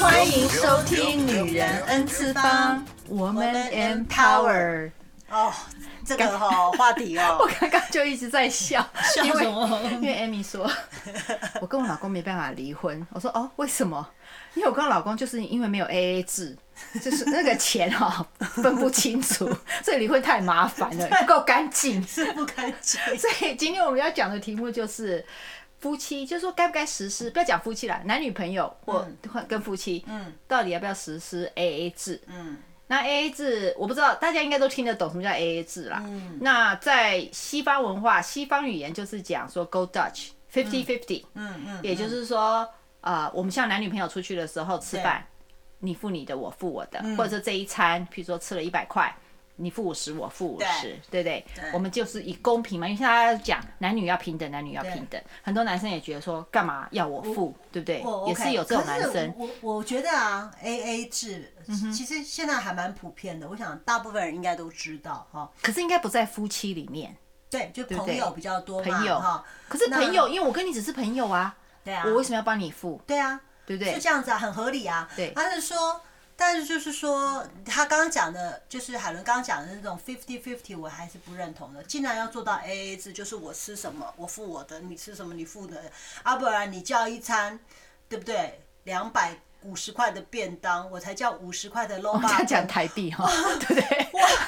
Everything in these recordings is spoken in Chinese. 欢迎收听《女人 N 次方》，Woman Empower。哦，这个哈、哦、话题我 哦，刚刚就一直在笑，笑因为什么因为 Amy 说，我跟我老公没办法离婚。我说哦，为什么？因为我跟我老公就是因为没有 AA 制，就是那个钱 哈、分不清楚，所以离婚太麻烦了，不够干净。是不该接。所以今天我们要讲的题目就是夫妻，就是说该不该实施，不要讲夫妻啦，男女朋友或或跟夫妻，嗯到底要不要实施 AA 制？嗯那 AA 制我不知道，大家应该都听得懂什么叫 AA 制啦。嗯那在西方文化、西方语言就是讲说 “go Dutch fifty fifty”，、嗯嗯，也就是说，呃，我们像男女朋友出去的时候吃饭，你付你的，我付我的，嗯或者是这一餐，譬如说吃了一百块。你付五十，我付五十，对不对？我们就是以公平嘛，因为现在讲男女要平等，男女要平等。很多男生也觉得说，干嘛要我付，对不对？我也是有这种男生，嗯我我觉得啊，A A 制其实现在还蛮普遍的，我想大部分人应该都知道哈、可是应该不在夫妻里面。对，就不朋对友比较多嘛朋友哈。 可是那朋友，因为我跟你只是朋友啊，对啊，我为什么要帮你付？对啊，对不对是？这样子啊，很合理啊。对他是说，但是就是说，他刚刚讲的，就是海伦刚刚讲的那种 fifty fifty，我还是不认同的。竟然要做到 AA 制，就是我吃什么我付我的，你吃什么你付的，啊，不然你叫一餐，对不对？两百五十块的便当，我才叫五十块的 low 我们霸要哦讲台币 哈，对不对？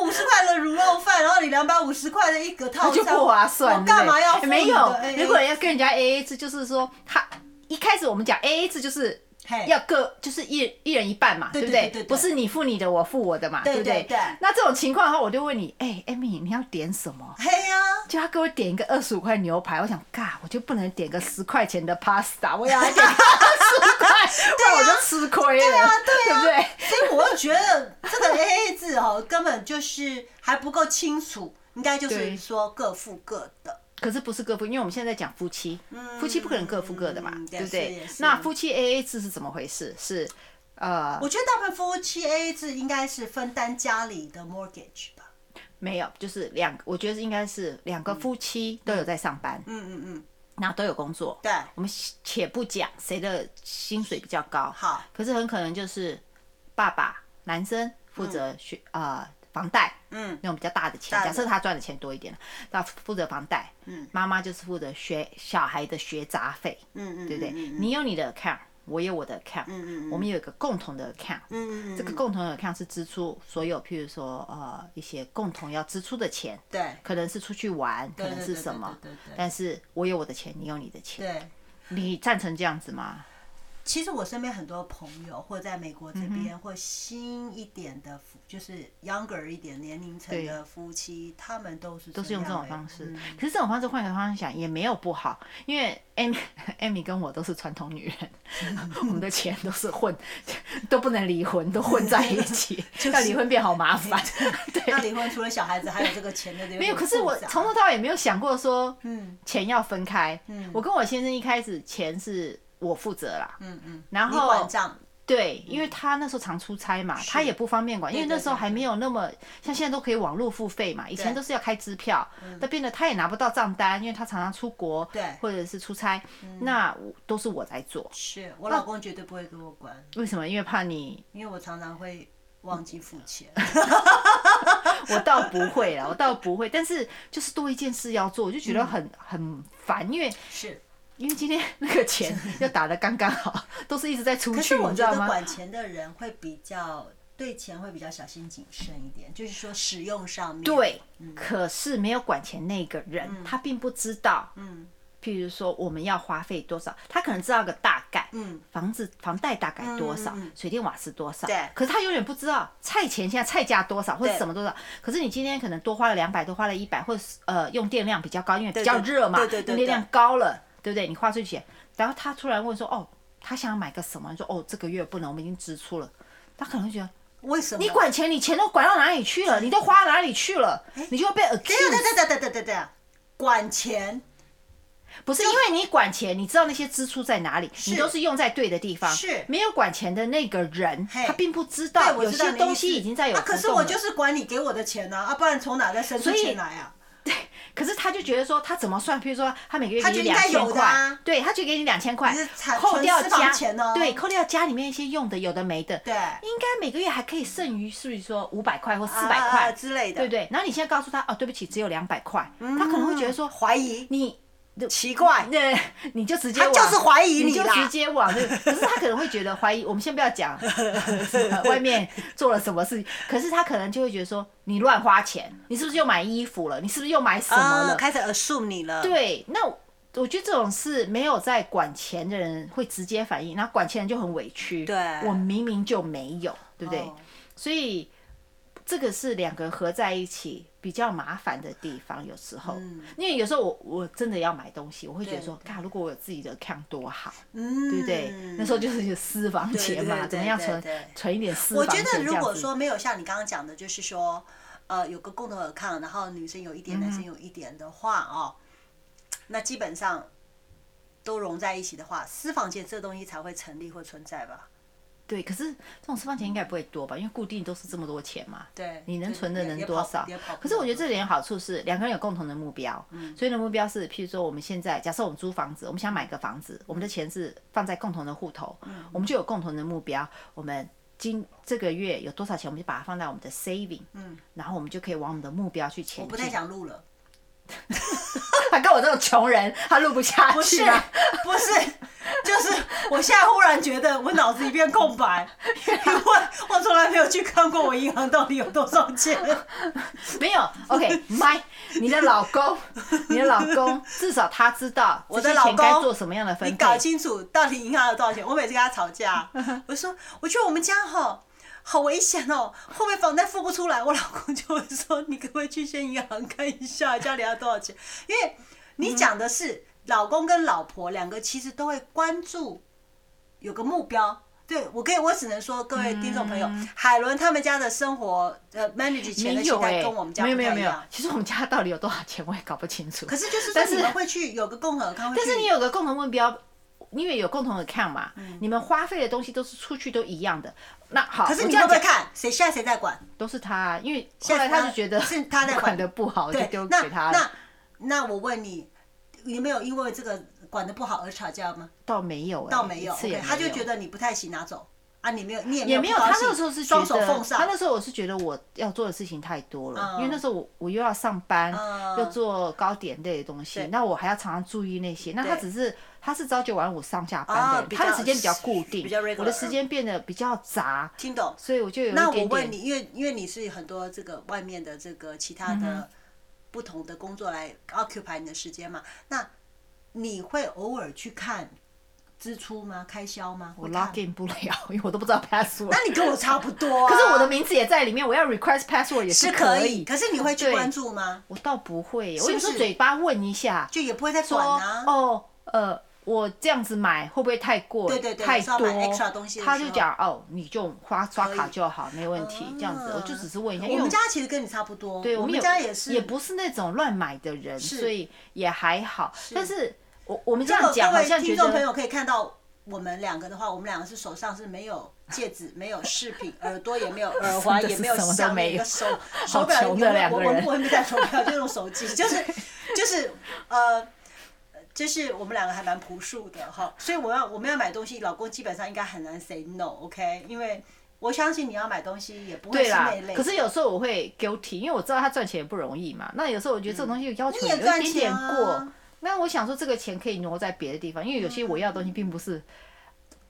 五十块的卤肉饭，然后你两百五十块的一个套就餐，不划算，我对不对干嘛要付你的哎没有， AA 如果要跟人家 A A 制，就是说他一开始我们讲 A A 制就是。嘿要各就是一一人一半嘛，哎对不对对对对对不是你付你的，我付我的嘛，对不对对那这种情况的话，我就问你，哎、a m y 你要点什么？嘿 呀、就他给我点一个二十五块牛排，我想，嘎，我就不能点个十块钱的 pasta，我要来点二十 块，不然我就吃亏了，对啊对不对？所以我就觉得这个 A A 制哦，根本就是还不够清楚，应该就是说各付各的。可是不是各付，因为我们现在在讲夫妻，嗯夫妻不可能各付各的嘛，嗯对不也是对也？是那夫妻 A A 制是怎么回事？是呃我觉得大部分夫妻 A A 制应该是分担家里的 mortgage 吧。没有，就是两，我觉得应该是两个夫妻都有在上班，嗯嗯嗯，然后都有工作。对，我们且不讲谁的薪水比较高，好，可是很可能就是爸爸男生负责学、呃房贷，嗯，那种比较大的钱，大的假设他赚的钱多一点了，那负责房贷，嗯，妈妈就是负责学小孩的学杂费，嗯嗯，对不对？嗯你有你的 account，我有我的 account，嗯嗯嗯我们有一个共同的 account，、嗯嗯，这个共同的 account 是支出所有，譬如说呃一些共同要支出的钱，对，可能是出去玩，可对能是什么对对对对对，但是我有我的钱，你有你的钱，对。你赞成这样子吗？其实我身边很多朋友，或者在美国这嗯边，或新一点的夫，就是 younger 一点年龄层的夫妻，他们都是都是用这样种欸方式，嗯可是这种方式换个方向想也没有不好，因为 Amy Amy 跟我都是传统女 人，我们的钱都是混， 都不能离婚，都混在一 起，要离婚变好麻烦。那 对，离婚除了小孩子，还有这个钱的没有。可是我从头到尾没有想过说嗯钱要分开。嗯我跟我先生一开始钱是我负责啦，嗯嗯，然你管后账，对，因为他那时候常出差嘛，他也不方便管，因为对对那时候对还没有那么像现在都可以网络付费嘛，以前都是要开支票，那变得他也拿不到账单，因为他常常出国，嗯对嗯或者是出差，那我都是我在做。是哦我老公绝对不会给我管，为什么？因为怕你，因为我常常会忘记付钱。嗯我倒不 会啦，我倒不会，但是就是多一件事要做，我就觉得很、很烦，因为 是，因为今天那个钱要打的刚刚好，都是一直在出可去，是我你知觉道得吗？管钱的人会比较对钱会比较小心谨慎一点，就是说使用上面。，对，嗯可是没有管钱那个人，他并不知道，嗯譬如说我们要花费多少，他可能知道个大概，嗯，房子房贷大概多少，嗯嗯嗯水电瓦斯多少，对可是他永远不知道菜钱现在菜价多少或者对什么多少，可是你今天可能多花了两百，多花了一百，或者是呃用电量比较高，因为比较对热嘛，对对对用电量高了，对不对？你花出去钱，然后他突然问说，哦，他想买个什么？你说哦，这个月不能，我们已经支出了，他可能会觉得。为什么？你？管钱，你钱都管到哪里去了？你都花到哪里去了？哎你就会被等一 accuse 下。等等等等等等，管钱不是因为你管钱，你知道那些支出在哪里，你都是用在对的地方。是没有管钱的那个人，嘿他并不知对，道我有知道些你的东意思西已经在有啊。浮可是动我了。啊就是管你给我的钱呢，啊，不然从哪再生出所以钱来啊？对，可是他就觉得说他怎么算，譬如说他每个月他给你就应该两千有的块，啊对，他就给你两千块你是产，扣存掉私房家钱哦对，扣掉家里面一些用的有的没的，对，应该每个月还可以剩余，是不是说五百块或四啊百啊块啊之类的，对不对？然后你现在告诉他，哦，对不起，只有两百块，嗯他可能会觉得说怀疑，你，奇怪，那你就直接他往就是怀你疑你就啦直接往那个，可是他可能会觉得怀疑。我们先不要讲什么外面做了什么事情，可是他可能就会觉得说你乱花钱，你是不是又买衣服了？你是不是又买什么啊了？开始 assume 你 了，对，那我我觉得这种事没有在管钱的人会直接反应，然后管钱人就很委屈。对我明明就没有，对不对？哦所以这个是两个合在一起比较麻烦的地方，有时候，因为有时候我我真的要买东西，我会觉得嗯对说，看如果我有自己的 account 多好，嗯，对不对？那时候就是有私房钱嘛，对对对怎么样对存对存一点私我房觉钱得这如样果子说没有像你刚刚讲的，就是说，呃，有个共同 account，然后女生有一点，嗯男生有一点的话哦，那基本上都融在一起的话，私房钱这东西才会成立或存在吧？对，可是这种私房钱应该不会多吧？因为固定都是这么多钱嘛。对，你能对存的也能也多跑少也跑？不可是我觉得了嗯这点好处是，两个人有共同的目标，所以呢，目标是，譬如说我们现在假设我们租房子，我们想买个房子，我嗯们的钱是放在共同的户头，我们就有共同的目标，我们今这个月有多少钱，我们就把它放在我们的 saving，然后我们就可以往我们的目标去前嗯我不进太。想录了，他跟我这种穷人，他录不下不是去啊。不是，就是我现在忽然觉得我脑子一片空白，因为我从来没有去看过我银行到底有多少钱。没有，OK，麦，你的老公，你的老公，至少他知道我这的些钱老该公做什么样的分你配搞。清楚到底银行有多少钱。我每次跟他吵 架，我说我觉得我们家哈好危险哦，会不会房贷付不出来？我老公就会说你可不可以去先银行看一下家里要多少钱？因为你讲的是老公跟老婆两个其实都会关注，有个目标。对，我可以，我只能说各位听众朋友，嗯海伦他们家的生活呃 manage 钱的没心有态哎、跟我们家没不有没有太一没有样。，嗯其实我们家到底有多少钱我也搞不清楚。可是就是说但是你们会去有个共和康，会但是去你有个共同目标，因为有共同的 account 嘛，你们花费的东西都是出去都一样的。那好，嗯可是我你这会样不会讲看谁现在谁在管？都是他啊，因为后来他就觉得是他在我管管的不哦好，我就对，丢那给他了那。那我问你，你没有因为这个管的不好而吵架吗？倒没有、欸，倒没有一次也，OK，没有他就觉得你不太行，拿走啊，你没有，你也也没没有，不高他兴那时候是觉双手得奉，上，他那时候我是觉得我要做的事情太多了，因为那时候我我又要上班，嗯又做糕点类的东西，那我还要常常注意那些。那他对只是他是朝九晚五上下班的哦人，比他的较时间比较固定，比较我 regular 的时间变得比较杂，听懂？所以我就有一那点我点。问你，因为因为你是很多这个外面的这个其嗯他的不同的工作来 occupy 你的时间嘛，那你会偶尔去看支出吗？开销吗？我会看 login 不了，因为我都不知道 password。那你跟我差不多 啊、可是我的名字也在里面，我要 request password 也是可可以，可是你会去对关注吗？我倒不会耶，不我是有时候嘴巴问一下，就也不会再说管啊。哦，呃，我这样子买会不会太过？对对对太有时候多买 extra 东西的时候他就讲哦，你就花刷卡以啊就好，没问题。这样子，我就只是问一下，因我为们我家其实跟你差不多，对我们们家也是。也不是那种乱买的人，所以也还好。但是我我们这如果样讲，各好位像听觉众朋得友可以看到，我们两个的话，我们两个是手上是没有戒指、没有饰品，耳朵也没 有耳环，真的也是没有什么都项没链，一个有手手 好表也穷没的有，两我个我人我也没带手表，就用手机， 就是 就是呃。就是我们两个还蛮朴素的哈，所以我要我们要买东西，老公基本上应该很难 say no，OK？、因为我相信你要买东西也不会对是啦那类。可是有时候我会 guilty，因为我知道他赚钱也不容易嘛。那有时候我觉得这种东西要求嗯你有也一赚点钱点啊过。那我想说，这个钱可以挪在别的地方，因为有些我要的东西并不是，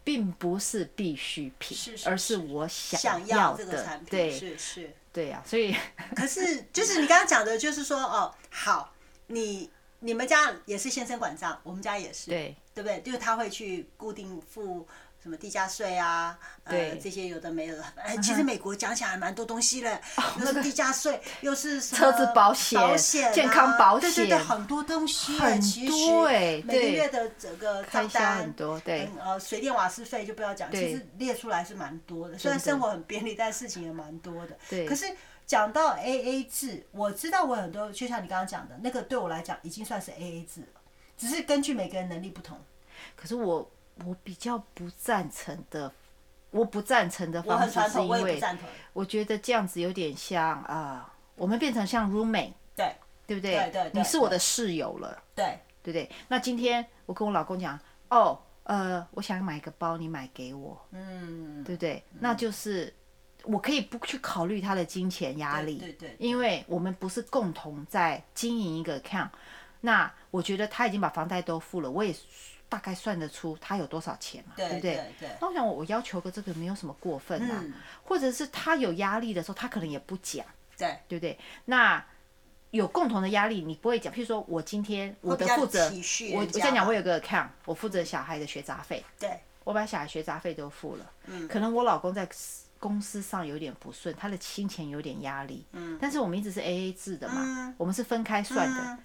并不是必需品，是是而是我想想要这个的产。品，对，是是。对呀、所以可是就是你刚刚讲的，就是说哦，好，你你们家也是先生管账，我们家也是， 对对不对？就是他会去固定付什么地价税啊，呃，对嗯这些有的没有的。哎，其实美国讲起来蛮多东西嘞，又是地价税，又是什么哦车子保险保险啊、健康保险对对对，很多东西耶，很其多实哎每个对月的整个开账销单很多，对嗯，呃，水电瓦斯费就不要讲，对其实列出来是蛮多的。虽然真生的活很便利，但事情也蛮多的。对可是讲到 A A 制，我知道我很多，就像你刚刚讲的那个，对我来讲已经算是 A A 制了，只是根据每个人能力不同。可是我我比较不赞成的，我不赞成的我方很式传是统，我也因不为赞同。我觉得这样子有点像啊、我们变成像 roommate，对对不对？对对对你是我的室友了，对对不对？那今天我跟我老公讲，哦，呃，我想买个包，你买给我，嗯，对不对？那就是我可以不去考虑他的金钱压力，对对对因为我们不是共同在经营一个 account。那我觉得他已经把房贷都付了，我也大概算得出他有多少钱嘛，对不对对那我想我我要求个这个没有什么过分啊，嗯或者是他有压力的时候，他可能也不讲，对，对不对？那有共同的压力，你不会讲。譬如说我今天我的比较负责体恤，我我人家在讲，嘛我有个 account，我负责小孩的学杂费，对我把小孩学杂费都付了。嗯，可能我老公在公司上有点不顺，他的金钱有点压力。嗯，但是我们一直是 A A 制的嘛，我们是分开算的。嗯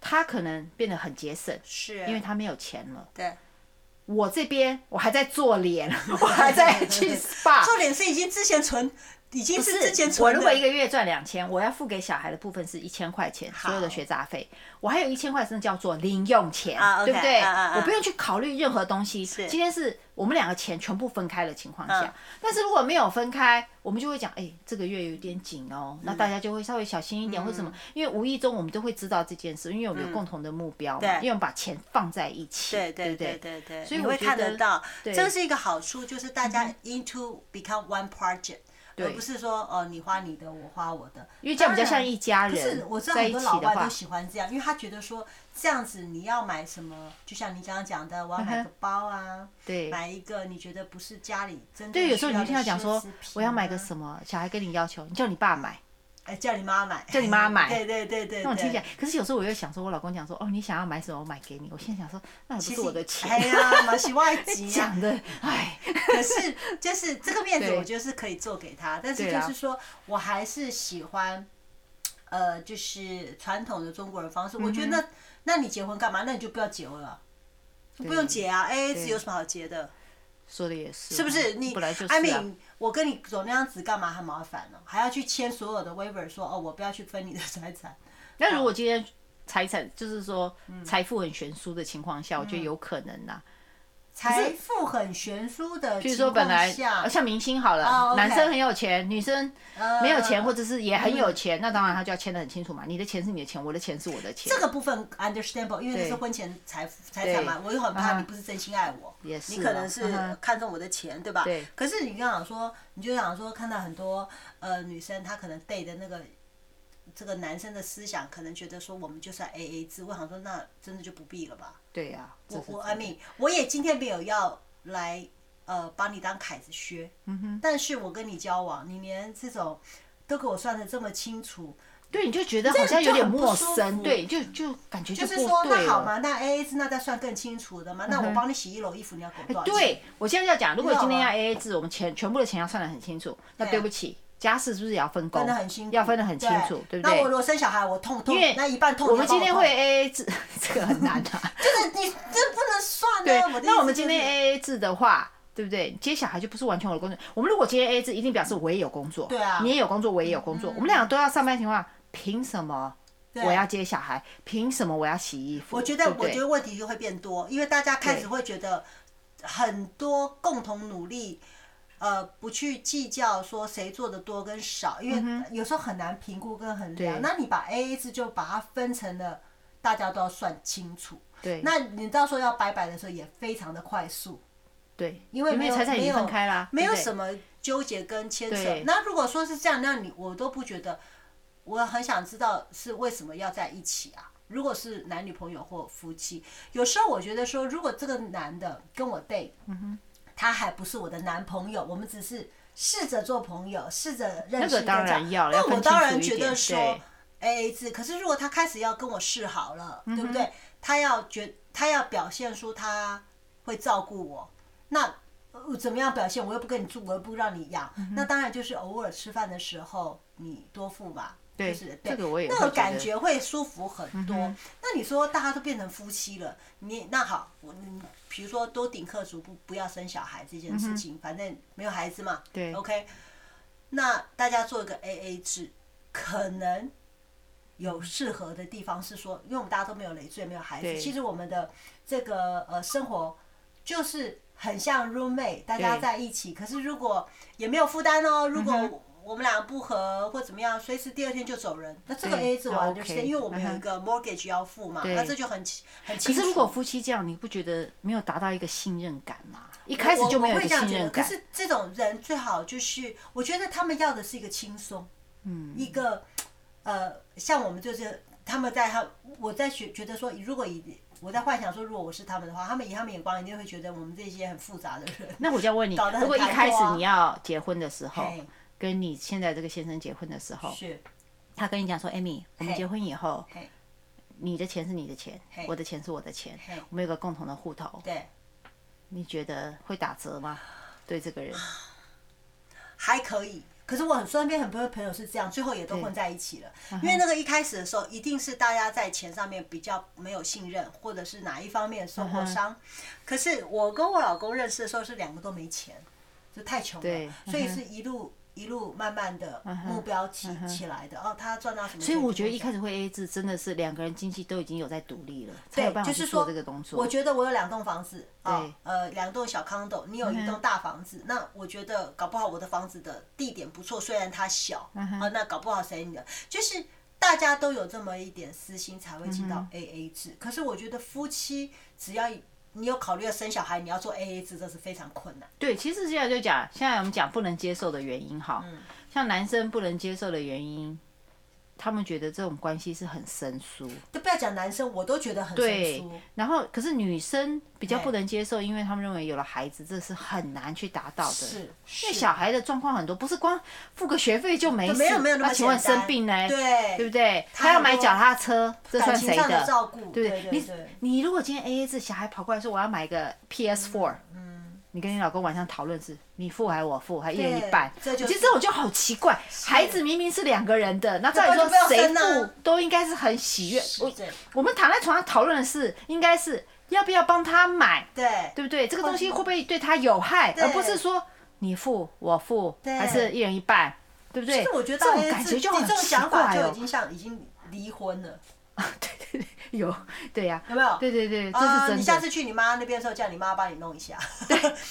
他可能变得很节省，是，啊因为啊他没有钱了。对我这边我还在做脸，我还在 去 SPA。做脸是已经之前存，已经不是之前我存如果一的，个月赚两千，我要付给小孩的部分是一千块钱，所有的学杂费，我还有一千块真的叫做零用钱，啊对不 OK，对？啊啊啊我不用去考虑任何东西。是今天是我们两个钱全部分开的情况下，嗯但是如果没有分开，我们就会讲，哎、这个月有点紧哦，嗯那大家就会稍微小心一点，或什么，因为无意中我们都会知道这件事，因为我们有共同的目标嘛，嗯对因为我们把钱放在一起，对对对不对对对，所以你我会觉看得得到，对嗯这是一个好处，就是大家 into become one project，而对不是说哦你花你的，我花我的，因为这样比较当然像一家人不是，我知道在很一多起老的外话都喜欢这样，因为他觉得说这样子你要买什么，就像你刚刚讲的，我要嗯买个包啊，对。买一个你觉得不是家里真的对，有时候你就听要他讲说，我要买个么，什么，小孩跟你要求，你叫你爸买，啊哎，叫你妈买，叫你妈买对对对对，那我听起对来，可是有时候我又想说，我老公讲说，哦，你想要买什么，我买给你。我现在想说，那也不其是实我的钱， 哎呀，嘛是外籍啊。讲的，哎， 可是就是这个面子，对我觉得是可以做给他，但是对就啊是说我还是喜欢，呃，就是传统的中国人方式。我觉得嗯那那你结婚干嘛？那你就不要结婚了，不用结啊，A A 制有什么好结的？说的也是，是不是？你本来就是、啊。 I mean，我跟你走那样子干嘛？很麻烦呢、还要去签所有的 waiver，说哦，我不要去分你的财产。那如果今天财产就是说嗯财富很悬殊的情况下，我觉得有可能呐、财富很悬殊的比如情说况本来下呃，像明星好了，哦，OK 男生很有钱，女生没有钱，呃或者是也很有钱，那当然他就要签得很清楚嘛。你的钱是你的钱，我的钱是我的钱。这个部分 understandable，因为这是对婚前财富财产嘛，我又很啊怕哈你不是真心爱我，也是你可啊能嗯是哼看中我的钱，对吧？对可是你刚刚说，你就想说看到很多呃女生，她可能对的那个这个男生的思想，可能觉得说我们就是要 A A 制，我想说那真的就不必了吧？对呀、啊，我这是我真 I 的 mean，我也今天没有要来呃把你当凯子削，嗯哼，但是我跟你交往，你连这种都给我算的这么清楚，对，你就觉得这好样像有就点很不陌舒生，服对，就就感觉就是不说对那好了。嗯嘛，那 A A 制那再算更清楚的嘛，那我帮你洗一篓衣服，你要给我多少钱？哎对，我现在要讲，如果知道今天要吗 A A 制，我们钱全部的钱要算得很清楚，那啊对啊对不起，家事是不是也要分工？分得很清楚，要分得很清楚，对不那我对？如果生小孩，我痛痛因为，那一半痛。我们今天会你 A A 制， 这个很难 啊。要帮我痛，就是你这不能算对啊的。的意思，那我们今就是天 A A 制的话，对不对？接小孩就不是完全我的工作。我们如果今天 A A 制，一定表示我也有工作，对啊嗯你也有工作，我也有工作，我们两个都要上班的情况下，凭什么对我要接小孩？凭什么我要洗衣服？我觉对得，不我对觉得问题就会变多，因为大家开始对会觉得很多共同努力，呃，不去计较说谁做的多跟少，因为有时候很难评估跟衡量。嗯对那你把 A A 制就把它分成了，大家都要算清楚。对那你到时候要拜拜的时候也非常的快速，对，因为没有财产已经分开啦，没有对不对什么纠结跟牵扯对。那如果说是这样，那你我都不觉得，我很想知道是为什么要在一起啊？如果是男女朋友或夫妻，有时候我觉得说，如果这个男的跟我 date，、他嗯还不是我的男朋友，我们只是试着做朋友，试着认那识个跟当然讲要了要那我分当清然楚一觉得点说对 A A 制，可是如果他开始要跟我示好了，嗯对不对？他要觉他要表现出他会照顾我，那呃怎么样表现？我又不跟你住，我又不让你嗯养，那当然就是偶尔吃饭的时候你多付吧。对就是这个我也那会个觉感得嗯觉会舒服很多。那你说大家都变成夫妻了，你那好，我你比如说多顶客族不不要生小孩这件事情，反正没有孩子嘛，嗯对，OK，那大家做一个 AA 制，可能有适合的地方是说，因为我们大家都没有累赘，没有孩对子，其实我们的这个呃生活就是很像 roommate，大家对嗯在一起。可是如果也没有负担哦，如果我我们俩不合或怎么样，随时第二天就走人。那这个 A A 制我还就 OK，嗯是因为我们有一个 mortgage 要付嘛，对那这就很清很可清楚。是如果夫妻这样，你不觉得没有达到一个信任感吗？一开始就没有我一会个这样信觉得，任可感，是这种人最好就是，我觉得他们要的是一个轻松，嗯，一个呃，像我们就是他们在他，我在觉觉得说，如果以我在幻想说，如果我是他们的话，他们以他们眼光一定会觉得我们这些很复杂的 人，那我就要问你搞得，很如果一开阔开始啊你要结婚的时候嘿，跟你现在这个先生结婚的时候，是，他跟你讲说，Amy，我们嘿结婚以后嘿，你的钱是你的钱嘿，我的钱是我的钱嘿，我们有个共同的户头，对，你觉得会打折 吗？对这个人，还可以。可是我很身边很多朋友是这样，最后也都混在一起了。嗯因为那个一开始的时候，一定是大家在钱上面比较没有信任，或者是哪一方面受过嗯伤。可是我跟我老公认识的时候是两个都没钱，就太穷对嗯了，所以是一路一路慢慢的目标起起来的。哦，他赚到什么？嗯所以我觉得一开始会 A 制，真的是两个人经济都已经有在独立了，才有对办，法哎就去是做说这个动作。我觉得我有两栋房子啊对，嗯呃，两栋小 condo，你有一栋大房子，那我觉得搞不好我的房子的地点不错，虽然它小嗯啊、那搞不好谁你的就是。大家都有这么一点私心，才会进到嗯 A A 制。可是我觉得夫妻只要你有考虑要生小孩，你要做 A A 制，这是非常困难。对，其实现在就讲，现在我们讲不能接受的原因哈，嗯像男生不能接受的原因，他们觉得这种关系是很生疏，都不要讲男生，我都觉得很生对疏。。然后，可是女生比较不能接受，因为他们认为有了孩子，这是很难去达到的。是因为是小孩的状况很多，不是光付个学费就没事，啊没有没有那么请问简单生病呢？对对不对？他他要很买多脚踏车，这算感情谁上的的？照顾，对对不对？对对，你你如果今天 A A 制，小孩跑过来说我要买一个 P S Four，嗯，你跟你老公晚上讨论是你付还是我付，还一人一半，这就是其实这种就好奇怪。孩子明明是两个人的，那照理要不说然就不要谁生啊付都应该是很喜悦。我对我们躺在床上讨论的是，应该是要不要帮他买，对对不对？这个东西会不会对他有害，对而不是说你付我付，对还是一人一半，对不对？其实我觉得哎这大种概感觉是就你很这种奇想法怪就已哦。 经像已经离婚了，有，对呀，有没有？对对对，这是啊、真的。你下次去你妈那边的时候，叫你妈帮你弄一下，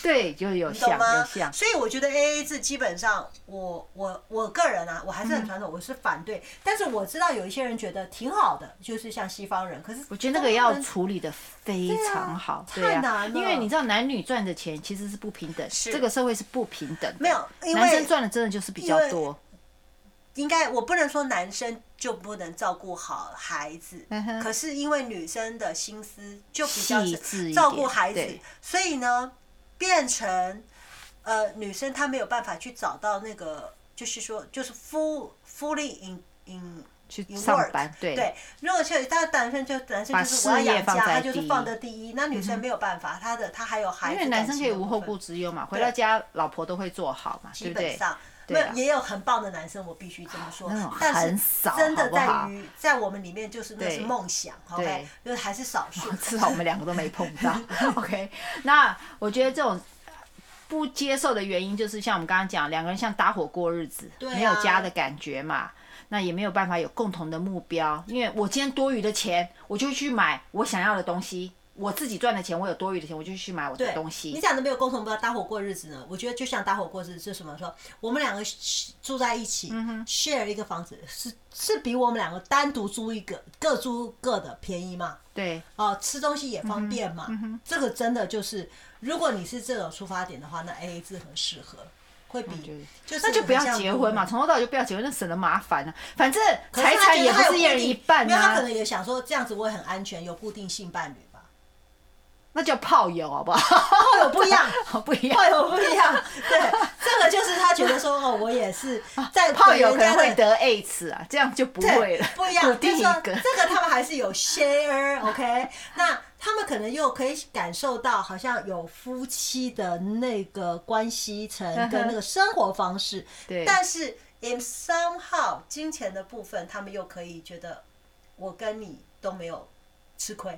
对，就有 你像懂有吗？像，所以我觉得 A A 制基本上我，我我个人啊，我还是嗯很传统，我是反对。但是我知道有一些人觉得挺好的，就是像西方人，可是我觉得那个要处理的非常好，对对啊呀、太难了因为你知道男女赚的钱其实是不平等，是这个社会是不平等的，没有因为男生赚的真的就是比较因为多，应该我不能说男生就不能照顾好孩子，嗯哼可是因为女生的心思就比较细致一是点照顾孩子对，所以呢，变成呃女生她没有办法去找到那个，就是说就是 full fully in in 去 in 上 work 班对对，如果是他男生就男生把就是我要事业养放家，在他就第是一嗯放在第一，那女生没有办法，她的她还有孩因子，为男生可以无后顾。顾之忧嘛，回到家老婆都会做好嘛，对基不对本？上，对啊那也有很棒的男生，我必须这么说那种。但很是少真好的不在好于在我们里面，就是那对是梦想对哦，OK，就是还是少数。至少我们两个都没碰到。OK，那我觉得这种不接受的原因，就是像我们刚刚讲，两个人像搭伙过日子，对啊没有家的感觉嘛。那也没有办法有共同的目标，因为我今天多余的钱，我就去买我想要的东西；我自己赚的钱，我有多余的钱，我就去买我的对东你西。讲的没有共同目标，搭伙过日子呢？我觉得就像搭伙过日子是什么说？我们两个住在一起、s 嗯 h a r e 一个房子，是是比我们两个单独租一个各租各的便宜吗？对，哦、吃东西也方便嘛。嗯这个真的就是，如果你是这种出发点的话，那 A A 制很适合，会觉得比就是那就不要很像结婚嘛，从头到尾就不要结婚，那省得麻烦啊。反正可财是他产觉也得不他有是一人固定一半没有他可啊能，也想说这样子我也很安全，有固定性伴侣 吧。那叫炮友好不好？炮友不一样，哦 不一样，炮友不一样。对，这个就是他觉得说哦，我也是 在啊炮友给可能人会家的。得 AIDS 啊，这样就不会对了，，不一 固样，就定是一说 个。这个他们还是有 share，OK？、那他们可能又可以感受到，好像有夫妻的那个关系层跟那个生活方式， 对但是 in somehow 金钱的部分，他们又可以觉得我跟你都没有吃亏，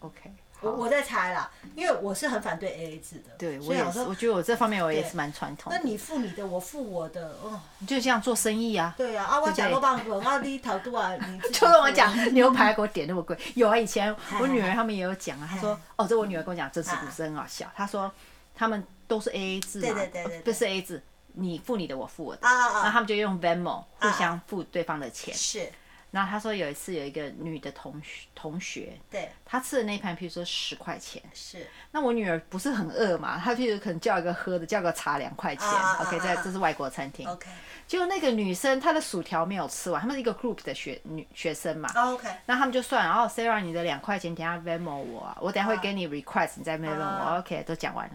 ，OK，我好我在猜啦，因为我是很反对 AA 制的。对所我以也想是，我说，觉得我这方面我也对是蛮传统那的，你付你的，我付我的，哦，就像做生意啊。对啊，啊，我对讲过棒棍，啊，你头度啊，你自 己就跟我付讲，牛排给我点那么贵，有啊，以前我 女儿他们也有讲啊，她说，哦，这我女儿跟我讲，这次故事很好笑，她说他们都是 A A 制嘛，啊对对对对呃不是 A A 制，你付你的，我付我的，啊啊啊啊然后他们就用 Venmo 互相付对方的钱。是然后他说有一次有一个女的同学同学，对她吃的那一盘，譬如说十块钱，是那我女儿不是很饿嘛，她譬如可能叫一个喝的，叫个茶两块钱啊啊啊，OK，在啊这是外国餐厅。 OK 结果那个女生她的薯条没有吃完，他们是一个 group 的学女学生嘛，哦 OK 那他们就算，然后 Sarah 你的两块钱，等一下 Venmo 我、啊，我等一下会啊给你 request，你再 Venmo 我、啊 o k 都讲完了。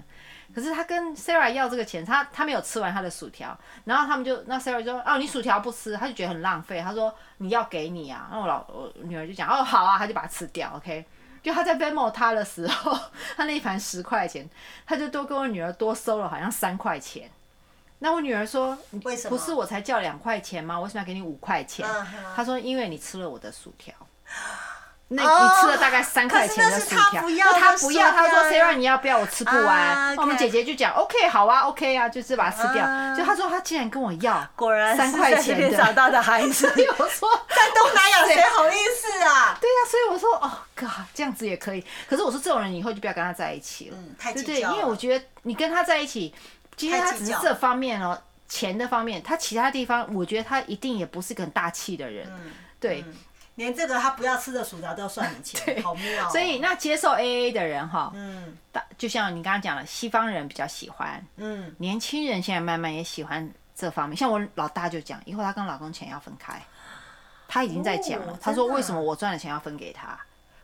可是他跟 Sarah 要这个钱，他他没有吃完他的薯条，然后他们就那 Sarah 就说哦你薯条不吃，他就觉得很浪费，他说你要给你啊，然后我老我女儿就讲哦好啊，他就把它吃掉，OK。就他在 Venmo 他的时候，他那一盘十块钱，他就多跟我女儿多收了好像三块钱。那我女儿说，你为什么不是我才叫两块钱吗？我为什么要给你五块钱？嗯哼他说因为你吃了我的薯条。那哦你吃了大概三块钱的薯条，可是那是他不要那他他不说要，他说要 Sarah 你要不要？我吃不完。啊那我们 OK 姐姐就讲 OK 好啊，OK 啊，就是把它吃掉。啊就他说他竟然跟我 要，果然三是块在这钱边的长大的孩 子，所以我说在东南亚谁好意思啊？对呀、所以我说哦，God，这样子也可以。可是我说这种人以后就不要跟他在一起了，嗯 太对计不对？较因为了我觉得你跟他在一起，今天太他计只是较这方面哦，钱的方面，他其他地方，我觉得他一定也不是个很大气的人。嗯对，连这个他不要吃的薯条都要算你 钱，好妙哦。所以那接受 AA 的人哈、嗯大就像你刚刚讲了，西方人比较喜欢，嗯，年轻人现在慢慢也喜欢这方面。像我老大就讲，以后她跟老公钱要分开，她已经在讲了。哦她说真的啊为什么我赚的钱要分给他？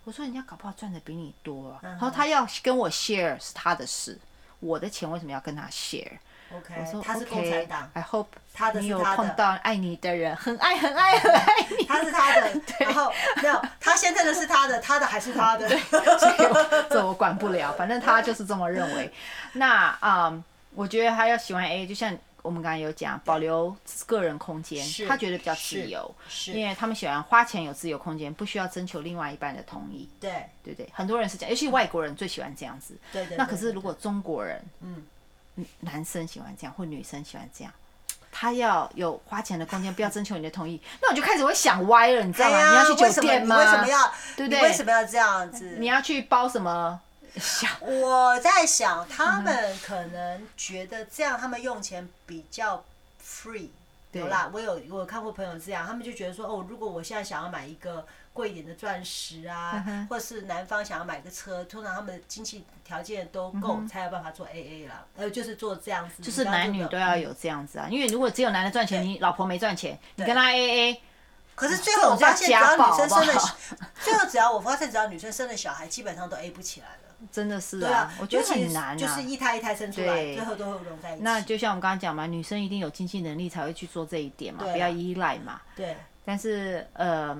我说人家搞不好赚的比你多嗯啊。然后他要跟我 share 是他的事，我的钱为什么要跟他 share？我 OK，说哎他是共产党， ，I hope 他的是你有他的碰到爱你的人，很爱很爱很爱你。他是他 的，然后没有他现在的是他的，他的还是他 的。所以我这我管不了，反正他就是这么认为。那啊、嗯我觉得他要喜欢 A，就像我们刚才有讲，保留个人空间是，他觉得比较自由， 是因为他们喜欢花钱有自由空间，不需要征求另外一半的同意，对对不对？很多人是这样，尤其外国人最喜欢这样子。对对对那可是如果中国人，嗯嗯，男生喜欢这样，或女生喜欢这样。他要有花钱的空间，不要征求你的同意，那我就开始会想歪了，你知道哎吗？呀，你要去为酒什么店你吗？为什么要？对不你对为什么要这样子你？要去包什么小我在想，他们可能觉得这样，他们用钱比较 free。对有啦，我有我有看过朋友这样，他们就觉得说，哦，如果我现在想要买一个贵一点的钻石嗯啊，或者是男方想要买个车，通常他们的经济条件都够，才有办法做 AA 啦，呃，就是做这样子，嗯就就是男女都要。有这样子啊，因为如果只有男的赚钱，嗯对你老婆没赚钱，你跟他 A A，可是最后我发现，只这要种叫家暴女生生了好不好，最后只要我发现，只要女生生了小孩，基本上都 A 不起来了。真的是对啊啊，，我觉得尤其很难就是啊。一胎一胎生出来，对最后都会融在一起。那就像我们刚刚讲嘛，女生一定有经济能力才会去做这一点嘛，对啊不要依赖嘛。对。但是呃，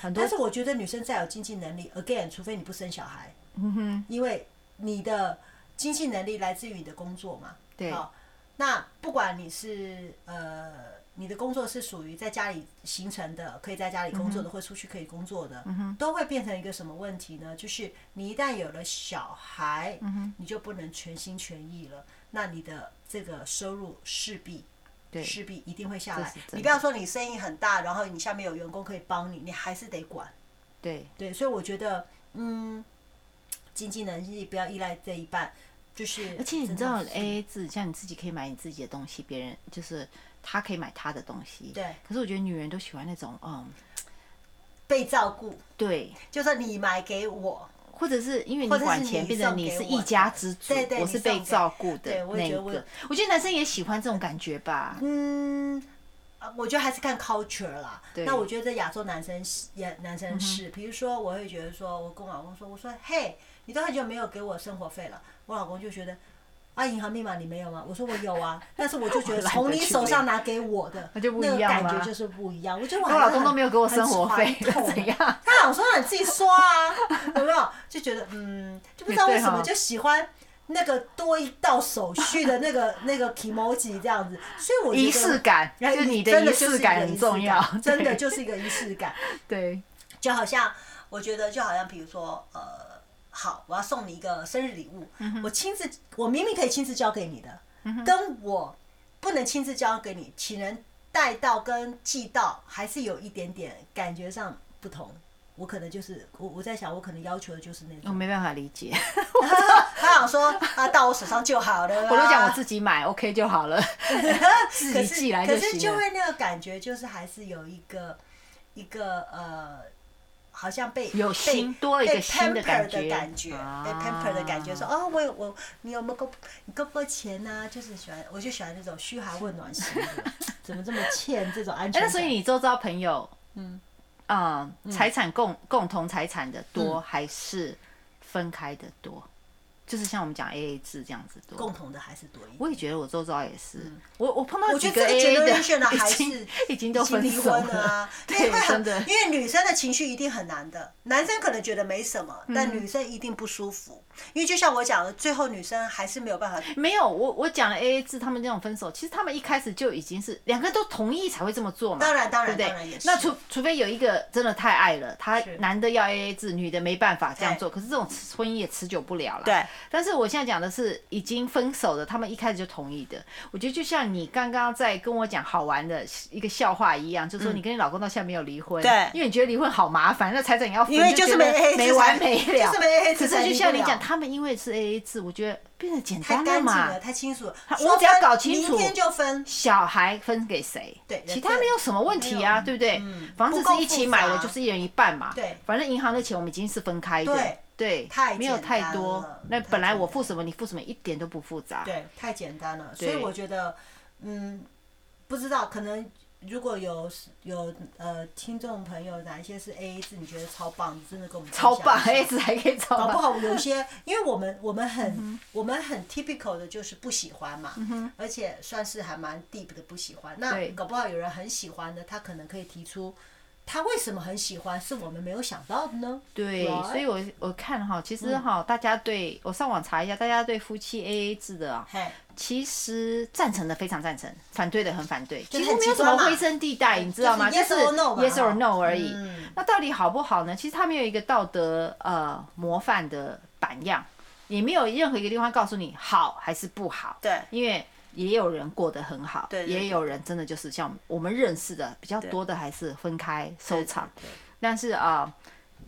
很多但是我觉得女生再有经济能力，again，除非你不生小孩，嗯哼，因为你的经济能力来自于你的工作嘛，对好那不管你是呃，你的工作是属于在家里形成的，可以在家里工作嗯的，或出去可以工作的，都会变成一个什么问题呢？就是你一旦有了小孩，嗯你就不能全心全意了，那你的这个收入势必。对势必一定会下这来是。真你不要说你生意很大，然后你下面有员工可以帮你，你还是得管。对对，所以我觉得，嗯，经济能力不要依赖这一半，就是。而且你知道真的是 A A 制，像你自己可以买你自己的东西，别人就是他可以买他的东西。对。可是我觉得女人都喜欢那种嗯，被照顾，对，就是你买给我，或者是因为或你者是管你钱，变成送你给是我一的家之主，对对我你是被送给照顾的对我也那一觉得我个。我觉得男生也喜欢这种感觉吧。嗯。呃我觉得还是看 culture 啦。对嗯那我觉得亚洲男生是，也男生是，比如说我会觉得说，我跟我老公说，我说，嘿，你都很久没有给我生活费了，我老公就觉得，啊，银行密码你没有吗？我说我有啊， 但是我就 觉得懒得从你去手上领拿给我的， 那就不个一样感觉吗就是不一样。我觉得我因为还我老是公很都没有给我生活费，很传 统怎样？他想说你自己说啊， 有没有？就觉得嗯，就不知道为什也对么哈就喜欢那个多一道手续的那个 那个 emoji 这样子，所以我觉得仪式感，然后就你真的的哎仪就是式一感个很仪式重 要感，真的就是一个仪式感， 对就好像我觉得就好像比如说呃，好，我要送你一个生日礼物，嗯我亲自我明明可以亲自交给你的，跟我不能亲自交给你，请人带到跟寄到还是有一点点感觉上不同。我可能就是我我在想，我可能要求的就是那我种，没办法理解。 他想说啊，到我手上就好了啦。啊 我都讲我自己买 OK 就好 了，自可己是寄来可就是就行了。会那个感觉，就是还是有一个一个呃，好像被有被新多了一被个新的 pamper 感的觉啊感觉，被 pamper 的感觉，说哦，我有我你有没有够你够不够钱呐、就是喜欢，我就喜欢那种嘘寒问暖型的，怎么这么欠这种 安哎那全感？所以你周遭朋友，嗯，嗯，财产共共同财产的多还是分开的多？就是像我们讲 AA 制这样子多。共同的还是多一点。我也觉得我周遭也是，我嗯我碰到我觉几得个这个 AA 的 generation 的还已是经已经已都经分离手婚了了，啊，因为 对会，真很，的因为女生的情绪一定很难的，男生可能觉得没什么，但嗯女生一定不舒服，因为就像我讲的，最后女生还是没有办法，没有，我我讲了 A A 制，他们这种分手，其实他们一开始就已经是两个都同意才会这么做嘛。当然当然对不当然也对？是那除除非有一个真的太爱了，他是男的要 A A 制，女的没办法这样做，可是这种婚姻也持久不了了。对。但是我现在讲的是已经分手的，他们一开始就同意的。我觉得就像你刚刚在跟我讲好玩的一个笑话一样，就说你跟你老公到现在没有离婚，嗯对因为你觉得离婚好麻烦，那财产也要分，因为就就是觉没得 AA 没制完才没了，就是没 AA 可制才是就离像不你了讲，他们因为是 A A 制，我觉得变得简太单干了净嘛。了，太清楚了，我说只要分搞清楚明天就分，小孩分给谁？对其人他分没有什么问题啊，对不对？房子嗯不够是一起复买的，杂就是一人一半嘛。对，反正银行的钱我们已经是分开的对，对太，没有简太单多了。那太本来简我单付什么，你付什么，一点都不复杂。对，太简单了，所以对我觉得，嗯，不知道可能。如果有有呃听众朋友哪一些是 A A 制，你觉得超棒，真的跟我们分超享棒一下，S 还可以超搞不棒。好有 一些，因为我们我们很、嗯我们很 typical 的就是不喜欢嘛，而且算是还蛮 deep 的不喜欢。那对搞不好有人很喜欢的，他可能可以提出他为什么很喜欢，是我们没有想到的呢？对， Right 嗯所以我我看哈，其实哈，大家对我上网查一下，大家对夫妻 AA 制的啊，嘿，其实赞成的非常赞成，反对的很反对，就其实没是有很极什端么嘛灰深地带，你知道吗？就就是是 yes or no 嘛 yes or no 而已嗯。那到底好不好呢？其实它没有一个道德呃模范的榜样，也没有任何一个地方告诉你好还是不好。对因为也有人过得很好，对对也有人真的就是像我们认识的比较多的，还是分开收场。但是啊、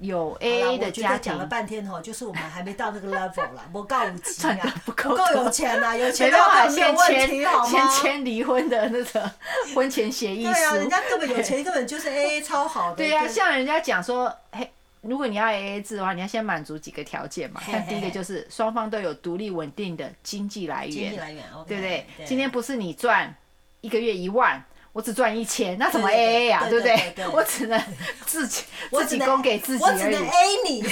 有 A 好啦 A 的我觉家得讲了庭。半天哦，就是我们还没到那个 level 啦，不够有钱赚得啊，不不够够多有 钱啊，有没钱的办话法，没先有问题签好先吗？签离婚的那 个婚前协议书。对啊，人家根本有钱，根本就是 A A 超好的。对呀、像人家讲说，嘿，如果你要 AA 制的话，你要先满足几个条件嘛。嘿嘿像嘿第一个就是双方都有独立稳定的经济来经济源，来源，OK，对不对？对今天不是你赚一个月一万。我只赚一千，那怎么对对 AA 呀？对不对对对？对我只能自己我自只己能供给自己我只而能已， A 你，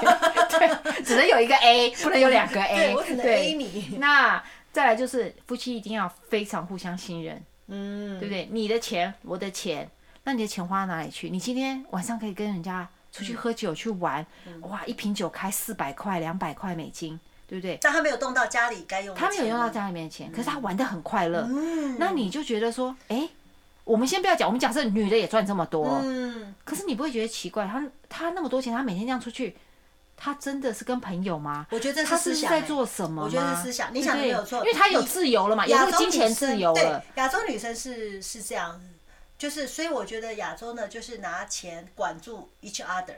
对，只能有一个 A，不能有两个 A 对我只。能对，A 你。那再来就是夫妻一定要非常互相信任，嗯，对不对？你的钱，我的钱，那你的钱花到哪里去？你今天晚上可以跟人家出嗯去喝酒、去玩，哇，一瓶酒开四百块、两百块美金，对不对？但他没有动到家里该用的钱他呢，没有用到家里面的钱，可是他玩的很快乐，嗯那你就觉得说，哎，我们先不要讲，我们假设女的也赚这么多，嗯，可是你不会觉得奇怪，他他那么多钱，他每天这样出去，他真的是跟朋友吗？我觉得这他是是不思是想在欸做什么吗？我觉得是思想你对不想得对没有错因为他有你自由了嘛，有亚那个洲金钱女生自由了对，，亚洲女生是是这样，就是所以我觉得亚洲呢，就是拿钱管住 each other，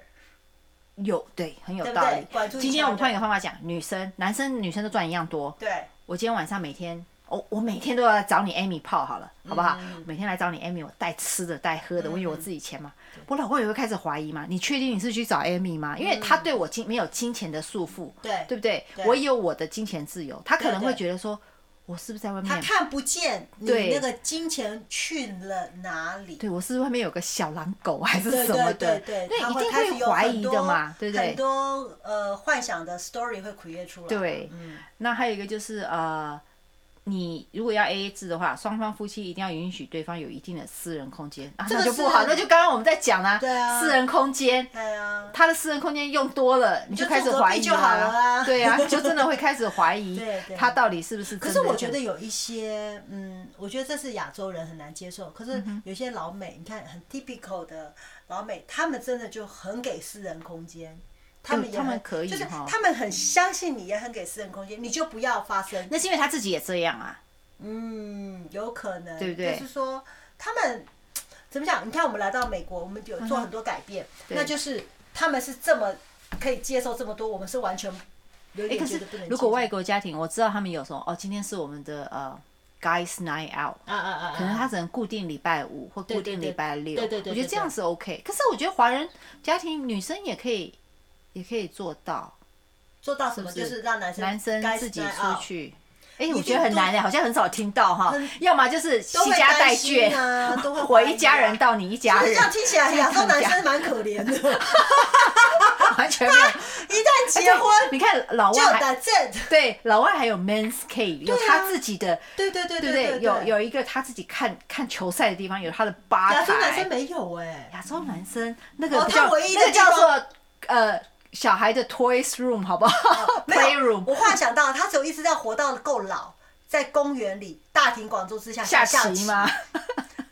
有对，很有对不道对理管住。一今下天我们对换一个方法讲，女生、男生、女生都赚一样多。对，我今天晚上每天，我、我每天都要来找你 Amy 泡好了，好不好？嗯每天来找你 Amy，我带吃的带喝的，我有我自己钱嘛。我老公也会开始怀疑嘛，你确定你是去找 Amy 吗？因为他对我金没有金钱的束缚，嗯对对不对？对我有我的金钱自由，他可能对对会觉得说，我是不是在外他面？看不见你对那个金钱去了哪里。对我是不是外面有个小狼狗还是对什么对的对？对，那他一定开始有怀很疑多的嘛，对不对很？多呃幻想的 story 会 create 出来。对嗯，那还有一个就是呃，你如果要 A A 制的话，双方夫妻一定要允许对方有一定的私人空间，啊，这那个就不是好，那就刚刚我们在讲啦、对啊私人空间。对啊，他的私人空间用多了，你就开始住隔怀壁疑就好了啊对啊，你就真的会开始怀疑 对对他到底是不是可真的是这样。我觉得有一些，嗯，我觉得这是亚洲人很难接受。可嗯是有些老美，你看很 typical 的老美，他们真的就很给私人空间，他们也他们很可以就是哈他们很相信你，也很给私人空间，你就不要发生。那是因为他自己也这样啊，嗯，有可能，对不对就是说他们怎么讲？你看我们来到美国，我们有做很多改变，嗯对那就是他们是这么可以接受这么多，我们是完全有哎，点可觉是得不能接受。如果外国家庭，我知道他们有什么哦，今天是我们的呃 guys night out，啊啊啊，可能他只能固定礼拜五或固对定对礼拜六，对对对我觉得对对这样是 OK。可是我觉得华人家庭女生也可以，也可以做到，做到什么是不就是是让男生男生该自己在出啊去。哎，我定觉得很都难的，好像很少听到哈，要么就是携都会家带担心眷， 啊， 都会我怀一疑家啊人到你一家这人，样听起 来亚洲这样男讲生蛮可怜的， 完全没有哎一旦结婚你看老就外哎还打正。对老外还有 men's cave，有对啊他自己的，对对对对不对啊对？有有一个他自己看看球赛的地方，有他的吧亚台。洲男生没有哎，亚洲男生那个哦比他较唯一的那个地方叫做呃小孩的 toys room 好不好哦没有 ？playroom 我忽然想到，他只有一直要活到够老，在公园里大庭广众之下下象棋吗？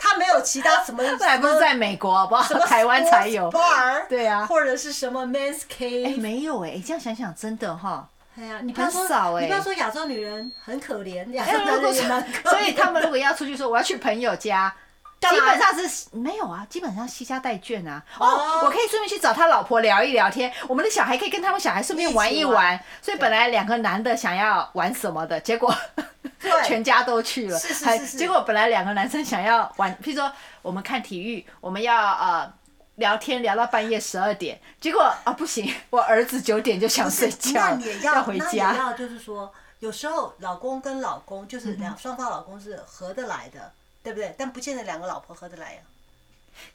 他没有其他什么，这 还不是在美国好不好？台湾才有。 bar，对啊或者是什么 men's 哎， cave。没有哎，这样想想真的哈。哎呀，你不要说很少哎你不要说亚洲女人很可怜，亚洲 哎如男果人是也蛮可怜的。所以他们如果要出去说我要去朋友家，干基嘛本上是没有啊，基本上西家带眷啊。哦哦，我可以顺便去找他老婆聊一聊天，我们的小孩可以跟他们小孩顺便玩一一起玩。所以本来两个男的想要玩什么的，结果 对全家都去了，是是是还是结果本来两个男生想要玩，譬如说我们看体育，我们要呃。聊天聊到半夜十二点，结果啊不行，我儿子九点就想 睡觉那了你也，要回那也家。要就是说，有时候老公跟老公嗯就是两双方老公是合得来的，对不对？但不见得两个老婆合得来呀、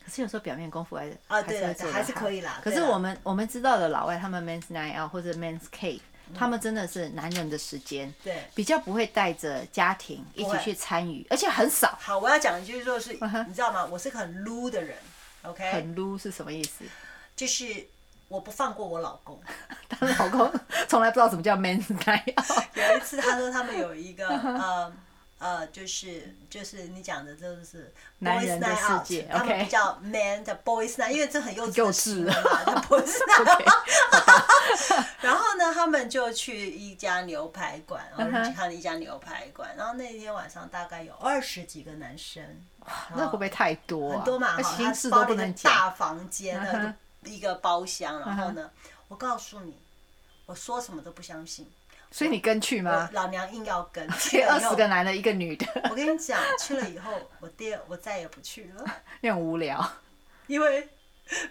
可是有时候表面功夫还是啊还对是了会做得还是好可以啦可是对啦我们我们知道的老外，他们 men's night out 或者 men's cave，他嗯们真的是男人的时间，对比较不会带着家庭一不起会去参与，而且很少。好，我要讲一句就是，嗯哼你知道吗？我是个很撸的人，OK，很撸是什么意思？就是我不放过我老公。她老公 从来不知道什么叫 men's night out。有一次他说他们有一个呃呃，就是就是你讲的就是男 boys 人的 night out，世界他们 OK 比较 man 的 boys night，因为这很幼稚幼的稚行为 嘛叫，boys night。然 后呢，他们就去一家牛排馆，然后嗯去哼看了一家牛排馆，然后那天晚上大概有二十几个男生，那会不会太多、啊？很多嘛，那哈，心他事包都了不一个能大讲。房间嗯的哼嗯一个包厢，然后呢，我告诉你，我说什么都不相信。所以你跟去我吗？老娘硬要跟，所去以了 二以后十个男的，一个女的， 我跟你讲，去了以后，我第二我再也不去了， 那很无聊。因为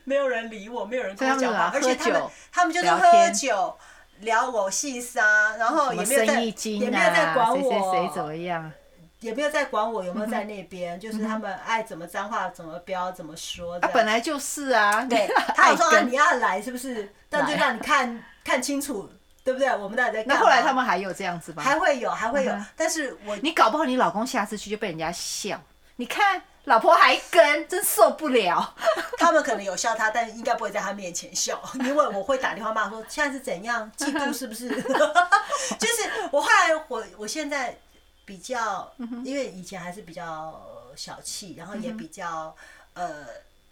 没有人理我，没有人跟我所以讲他们话，而且怎么他们喝酒他们就是聊喝天酒。聊我细沙，然什后哦也么没有在、生意也经没有在管啊？我，谁谁谁怎么样？啊也没有在管我有没有在那边，就是他们爱怎么脏话怎么飙怎么说这嗯啊，样。本来就是啊。，对 他爱有说啊跟你要来是不是？但就来让你看看清楚，对不对？我们到底在干嘛那后来他们还有这样子吗？还会有，还会有嗯哼，但是我你搞不好你老公下次去就被人家笑，你看老婆还跟，真受不 了。他们可能有笑他，但应该不会在他面前笑，因为我会打电话骂说现在是怎样，嫉妒是不是？ 就是我后来我我现在比较，嗯因为以前还是比较小气，然后也比较、呃。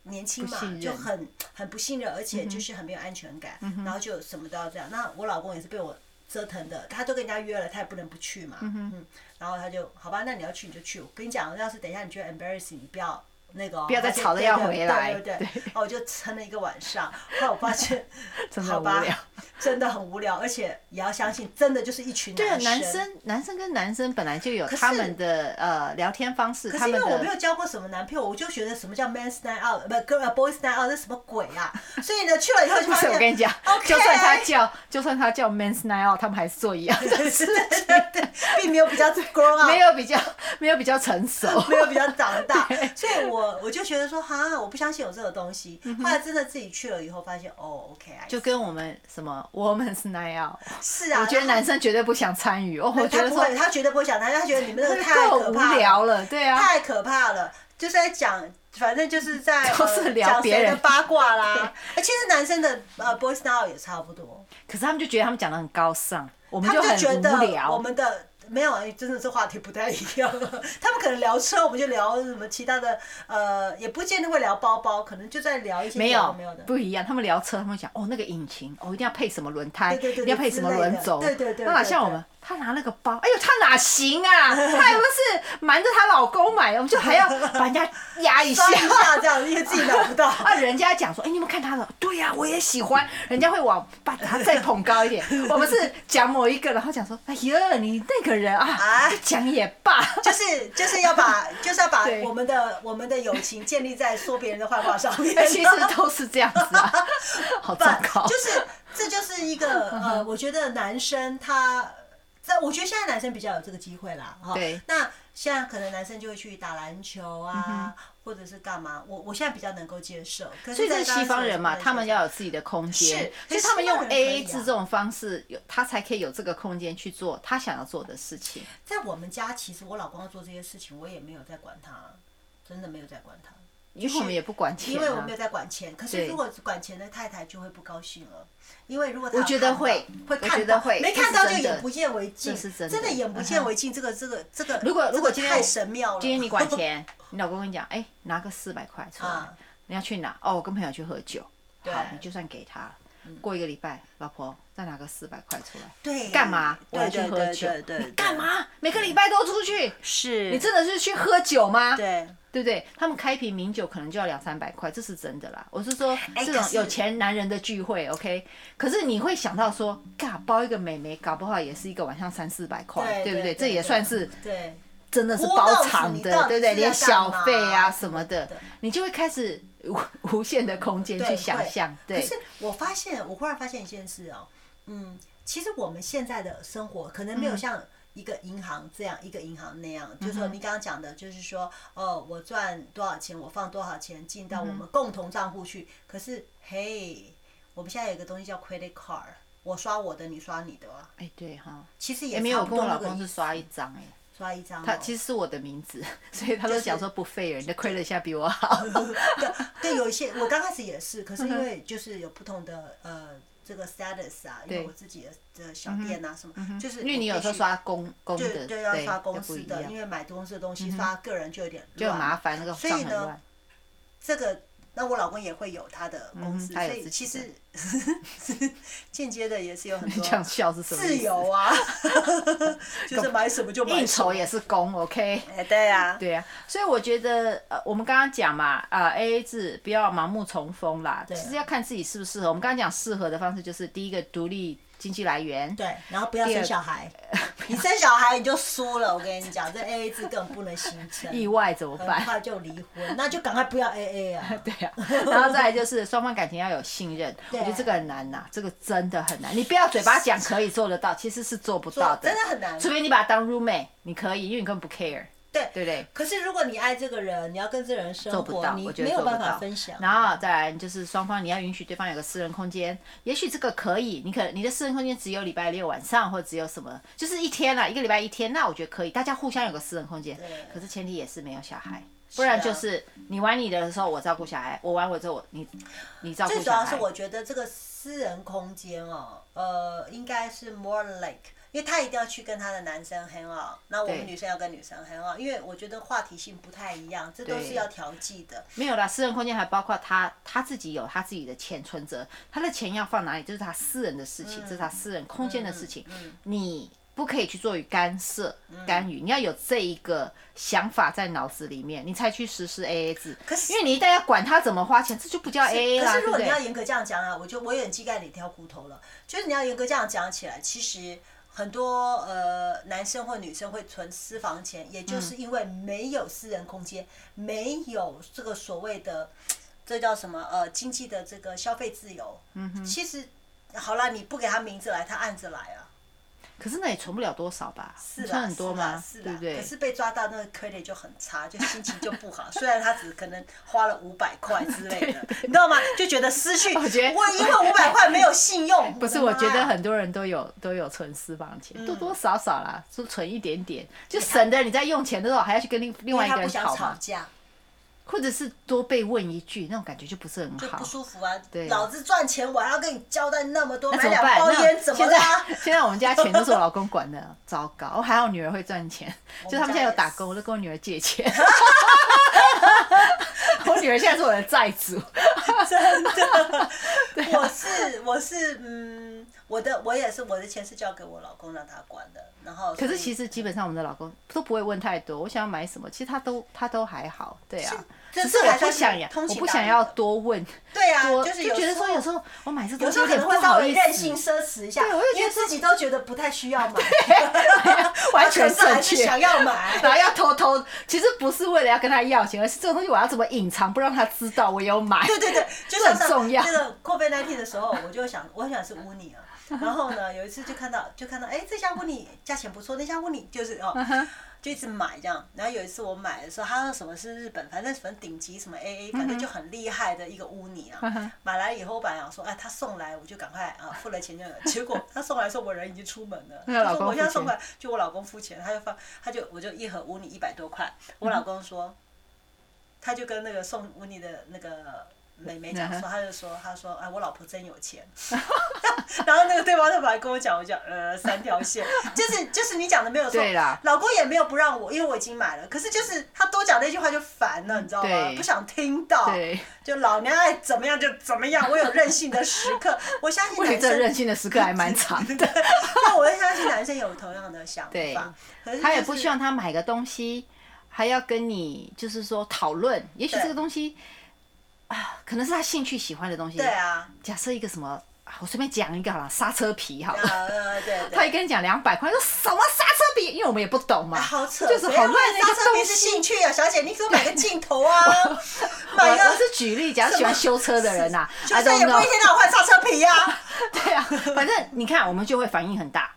年轻不嘛信，任嗯就很很不信任，而且就是很没有安全感，然后就什么都要这样。那我老公也是被我折腾的，他都跟人家约了，他也不能不去嘛。嗯，然后他就好吧，那你要去你就去。我跟你讲，要是等一下你觉得 embarrassing，你不要那个哦、不要再吵着要回来对对对对。哦，我就撑了一个晚上，后来我发现真的好吧无聊，真的很无聊，而且也要相信，真的就是一群对啊，男男生男生跟男生本来就有可是他们的呃聊天方式，可他是因们为我没的有交过什么男朋友，我就觉得什么叫 man stand out，不，girl 呃 boy stand out，那什么鬼啊？所以呢，去了以后就 不发是现，我跟你讲 OK 就算他 叫就算他叫 men's night out，他们还是做一样， 对对对对，并没有比较 grown up，没有比较没有比较成熟。 没有比较长大，所以我我就觉得说，哈，我不相信有这个东西。后来真的自己去了以后，发现哦，OK 啊，嗯就跟我们什么 woman's night out，是啊，我觉得男生绝对不想参与哦，我觉他得不说会，他绝对不会想谈，他觉得你们那 个太够可无怕聊了，对啊，太可怕了，就是在讲，反正就是在 都是呃聊讲别谁的人八卦啦。哎，其实男生的呃 boys now 也差不多，可是他们就觉得他们讲的很高尚，我们他们就觉很得无聊。我们的。没有，哎真的这话题不太一样。 他们可能聊车，我们就聊什么其他的，呃，也不见得会聊包包，可能就在聊一些没有的有没有的。不一样。他们聊车，他们讲哦，那个引擎哦，一定要配什么轮胎，对对对一定要配什么轮轴，对对对对那哪像我们她拿了个包，哎呦，她哪行 啊？她还不是瞒着她老公买，我们就还要把人家压 一下刷。一下这样，因为自己拿不到。啊，人家讲说，哎、你有没有看她的？对呀、我也喜欢。人家会往把她再捧高一 点。我们是讲某一个，然后讲说，哎呀，你那个人啊，啊就讲也 罢。 就是就是要把就是要把对我们的我们的友情建立在说别人的坏话上面哎。其实 都是这样子啊，好糟糕。嗯就是这就是一个呃，我觉得男生他。在我觉得现在男生比较有这个机会啦，哈。对嗯那现在可能男生就会去打篮球啊，或者是干嘛。我我现在比较能够接受。可是所以这在是刚西刚方人嘛，说的他们要有自己的空间是，所以可是他们西方用人可 A A 以啊制这种方式，有他才可以有这个空间去做他想要做的事情。在我们家，其实我老公要做这些事情，我也没有在管他，真的没有在管他。因为我们也不管钱因为我啊没有，在管钱，可对是如果管钱的太太就会不高兴了，因为如果她我有觉得看到会会我觉看得到会这没是看到就真的眼不见为净，这是真的眼不见为净，这个这个这个，如果如果这今天个太神妙了，今天你管钱，你老公跟你讲，哎、拿个四百块出来，啊你要去哪？哦，我跟朋友去喝酒，对嗯好，你就算给他了。过一个礼拜，老婆再拿个四百块出来， 对干嘛？我对要去对喝对酒对，对你对干嘛？每个礼拜都出去，是你真的是去喝酒吗？对。对不对？他们开一瓶名酒可能就要两三百块，这是真的啦。我是说哎这种可是有钱男人的聚会，OK？可是你会想到说，嘎包一个美眉，搞不好也是一个晚上三四百块，对不对？对对这也算是对，真的是我包告诉场你的，到底对不对？是连要干小嘛费啊什么的对，你就会开始无无限的空间对去想会象，对可是我发现，我忽然发现一件事哦，嗯，其实我们现在的生活可能嗯没有像一个银行这样，一个银行那样，就是说你刚刚讲的，就是说，哦，我赚多少钱，我放多少钱进嗯到我们共同账户去。可是，嘿，我们现在有一个东西叫 credit card，我刷我的，你刷你的啊，哎，对哈。其实也也没有，差我不跟多我那老个公是意思刷一张哎、刷一张哦、他其实是我的名字， 所以他都想说不费人，的亏了一下比我好。对 对，有一些我刚开始也是，可嗯是因为就是有不同的呃这个 status 啊，因对嗯为我自己的的小店啊什么，就是因为你有时候必须刷公公的，对，对对要刷就公不司一样嗯的，。因为买公司的东西刷个人就有点就很麻乱，烦，那个所账以很呢乱。 这个。那我老公也会有他的公司，嗯他有所以自其己的实间接的也是有很 这样多笑是什么自意思？由啊，就是买什么就买 应什酬么。也是公，OK？哎，对啊，对啊，所以我觉得呃，我们刚刚讲嘛，啊、a A 制不要盲目重封啦，其对啊实要看自己适不适合。我们刚刚讲适合的方式就是第一个独立经济来源，对，然后不要第二生 小孩，你生小孩你就输了。我跟你讲，这 A A 制更不能形成。 意外怎么很办？快就离婚，那就赶快不要 AA 啊！对啊，然后再来就是双方感情要有信任，我对觉得这个很难呐、这个真的很难。你不要嘴巴讲可以做得到，其实是做不到真的很难除非你把它当 roommate，你可以，因为你根本不 care，对 对不对？可是如果你爱这个人，你要跟这个人生做不活，到，你我觉得没有做不办法到分享。然后再来就是双方你要允许对方有个私人空间，也许这个可以，你可你的私人空间只有礼拜六晚上，或者只有什么，就是一天啦，一个礼拜一天，那我觉得可以，大家互相有个私人空间对。嗯啊可是前提也是没有小孩，不然就是你玩你的的时候我照顾小孩，我玩我之后我你你照顾最主小要孩是。我觉得这个私人空间哦，呃，应该是 more like，因为她一定要去跟她的男生 hang out，那我对们女生要跟女生 hang out，因为我觉得话题性不太一样，这都对是要调剂的。没有啦，私人空间还包括他他自己有他自己的钱存折，他的钱要放哪里，这是他私人的嗯事情，这是他私人空间的事情，你不可以去做于干涉、嗯干预，你要有这一个想法在脑子里面，你才去实施 AA 制。可是因为你一旦要管他怎么花钱，这就不叫 AA 可啦，是哎对如不果你对要？严格这样讲啊，我就我有点鸡盖里挑骨头了。就是你要严格这样讲起来，其实很多呃男生或女生会存私房钱，也嗯就是因为没有私人空间，没有这个所谓的这叫什么呃经济的这个消费自由。嗯哼，其实好啦，你不给他名字来，他按着来啊。可是那也存不了多少吧？是存啦，很多是啦吗？是啦对不对可？是被抓到那个 credit 就很差， 就心情就不好。虽然他只可能花了五百块之类的，你知道吗？就觉得失去， 我觉得我因为五百块没有信用。不是，我我的妈觉呀得很多人都有都有存私房嗯钱，多多少少啦，就存一点点，就省得你在用钱的时候还要去跟另另因外为一个他人不想讨吵嘛，架，或者是多被问一句，那种感觉就不是很就好不。舒服啊对。老子赚钱，我还要跟你交代那么多，那买怎么两办？包那烟怎么现在啦？ 现在我们家钱都是我老公管的，糟糕！我还好女儿会赚 钱，我们就他们现在家有也打是工，我都跟我女儿借钱。 我女儿现在是我的债主，啊真的，我是我是嗯。嗯，我的我也是，我的钱是交给我老公让他管的，然后可是其实基本上我们的老公都不会问太多，我想要买什么，其实他都他都还好，对啊。这只是这我还不算想呀，通我情不达想理要的多问，对啊，多就是就有觉得时候说有时候我买这有东时西候可点能不会稍好微意任思性奢侈一下，对我就觉得因为自己都觉得不太需要买， 完可全是正还是确。想要买。然后要偷偷，其实不是为了要跟他要钱，而是这种东西我要怎么隐藏，不让他知道我有买。对 对对，就这很像上重要这个 COVID nineteen 的时候，我就想，我想是 乌尼啊。然后呢，有一次就看到，就看到，哎，这家乌尼价钱不错，那家乌尼就是 哦，就一直买这样。然后有一次我买的时候，它什么是日本，反正什么顶级什么嗯 AA，反正就很厉害的一个乌尼啊。买来以后，我本来想说，哎，他送来我就赶快啊付了钱就有，结果他送来的时候我人已经出门了， 那老就说公我付现在送钱过来，就我老公付钱，他就放，他就我就一盒乌尼一百多块，我老公说。他就跟那个送乌尼的那个美眉讲嗯说，他就说，他说，哎，我老婆真有钱。 然后那个对方就跑来跟我讲，我讲，呃，三 条线，就是就是你讲的没有错，对啦，老公也没有不让我，因为我已经买了，可是就是他多讲那句话就烦了，你知道吗对？不想听到，对，就老娘爱怎么样就怎么样，我有任性的时 刻，我相信我觉男得这生，任性的时刻还蛮长的。 对，我也相信男生有同样的想对法，可是、就是、他也不希望他买个东西，还要跟你就是说讨论，也许对这个东西啊，可能是他兴趣喜欢的东西。对啊，假设一个什么，啊我随便讲一个好了，刹车皮好了。呃，对对。他一跟你讲两百块，说什么刹车皮？因为我们也不懂嘛，哎好扯，就是啊好乱的一刹个车东皮是西兴。趣啊，小姐，你给我买个镜头啊，我买我个。是举例，假如喜欢修车的人呐、就 i 是 don't 也不 know 会一。天到晚换刹车皮呀、 啊。对啊，反正你看，我们就会反应很大，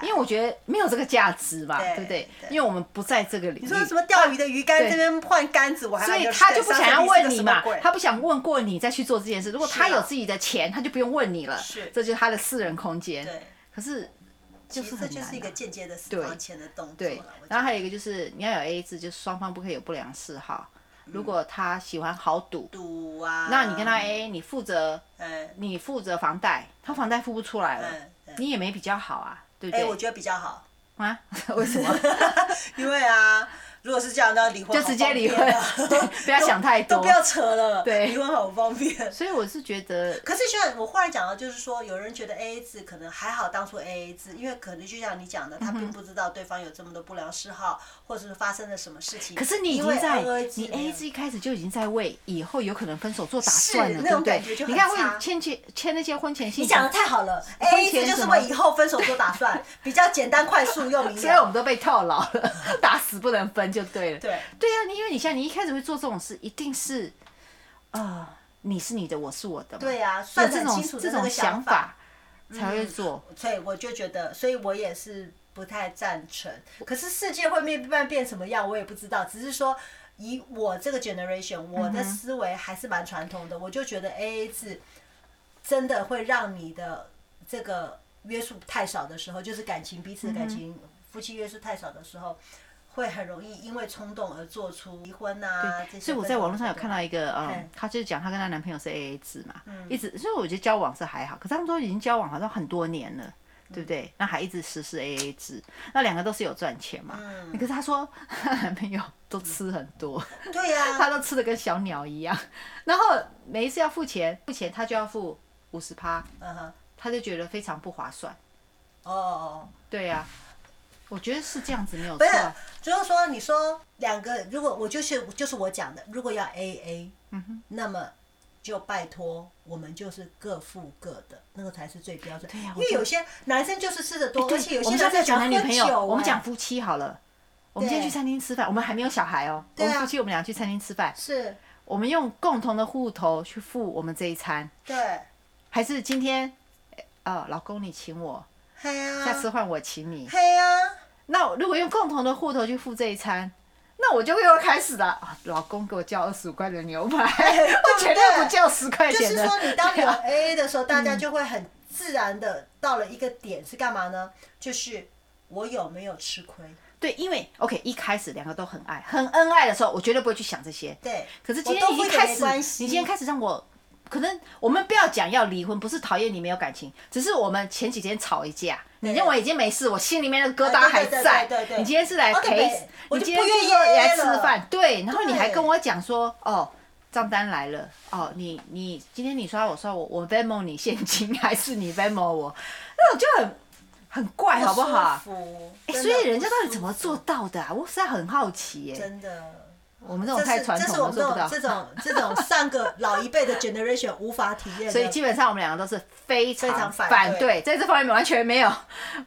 因对，为我觉得没有这个价值嘛，对对不对？对因为我们不在这个领域，你说什么钓鱼的鱼竿对这边换杆子，我还所以有他就不想要问你刹嘛车皮是个什么鬼，他不想问过你再去做这件事。如果是啊他有自己的钱，他就不用问你了，是这就是他的私人空间。对，可是就其是实这很就难是一啊、个间接的死对亡前的动作对了。我，觉然后得还有一个就是你要有 A A 制，就是双方不可以有不良嗜好。如果他喜欢豪赌，嗯赌啊，那你跟他 A A，你负责嗯你负责房贷，他房贷付不出来了，嗯嗯，你也没比较好啊，对不哎，对？我觉得比较好， 啊？为什么？因为啊，如果是这样，那离婚就好直接方离便婚啊，对， 不要想太都多不。要扯了，对离婚好 方便。所以我是觉得，可是，像我忽然讲到，就是说，有人觉得 AA 制可能还好，当初 AA 制，因为可能就像你讲的，嗯他并不知道对方有这么多不良嗜好，或者是发生了什么事情。可是你已因经为在 AA 制你没有 A 制一开始就已经在为以后有可能分手做打算了，是那对不种感觉对？就你很看差会签结签那些婚前信你讲的函，太好了婚，AA 前制就什是么为以后分手做打算，比较简单、快速又明 所以我了。们都被套牢了， 打死不能分就对了。对，对呀、你因为你像你一开始会做这种事，一定是啊、呃你是你的，我是我的嘛，对呀、有算得这很种清楚这的那种个想法。法才会做。所以我就觉得，所以我也是不太赞成。可是世界会慢慢变什么样，我也不知道。只是说，以我这个 generation，我的思维还是蛮传统的。我就觉得 AA 制真的会让你的这个约束太少的时候，就是感情彼此的感嗯情、夫妻约束太少的时候，会很容易因为冲动而做出离婚啊这些。所以我在网络上有看到一个，嗯嗯，她就是讲她跟她男朋友是 AA 制嘛，一直，所以我觉得交往是还好，可是他们都已经交往好像很多年了。嗯对不对？那还一直实施 AA 制，那两个都是有赚钱嘛。嗯可是她说她男朋友都吃很多，对呀、 她都吃的跟小鸟一样。然后每一次要付钱，付钱她就要付五十趴，嗯哼，她就觉得非常不划算。哦哦哦。对呀、我觉得是这样子没有不错是啊。，就是说，你说两个，如果我就是就是我讲的，如果要 A A，、那嗯么就拜托我们就是各付各的，那个才是最标准。对呀因为有些男生就是吃的多，哦而且有哎我些们现男在生喜讲欢男喝女酒、朋友，我们哎讲夫妻好了。我们今天去餐厅吃饭，我们还没有小孩哦。我对啊们夫妻，我们俩去餐厅吃饭，是，我们用共同的户头去付我们这一餐，对，还是今天，呃，老公你请我，嘿呀、下次换我请你。嘿啊呀、那如果用共同的户头去付这一餐，那我就又开始了。啊、老公给我叫二十五块的牛排， 我绝对不叫十块哎就钱是的。说，你当你对有啊 AA 的时候，大家就会很自然的到了一个点是干嘛呢？就是我有没有吃亏？ 对，因为 OK，一开始两个都很爱、很恩爱的时候，我绝对不会去想这些。对，可是今我天多已付经一开点没始，关你系今天开始让我，可能我们不要讲要离婚，不是讨厌你没有感情，只是我们前几天吵一架，你认为已经没事，我心里面那个疙瘩啊还对对对在。对对对你今天是来哦对陪对，我你就今不天愿是说意来吃了饭，对，然后你还对跟我讲说，哦，账单来了哦，你你今天你刷我刷我，我 Venmo 你现金还是你 Venmo 我？那我就很很怪，哎好不好？服哎、真所的以人不家到底舒怎么服做到的啊？我实在很好奇耶、真的。我们这这种是太传这是统我了，们做不到。这种 这种这种上个老一辈的 generation 无法体验的，所以基本上我们两个都是非非常反反对，对在这方面完全没有，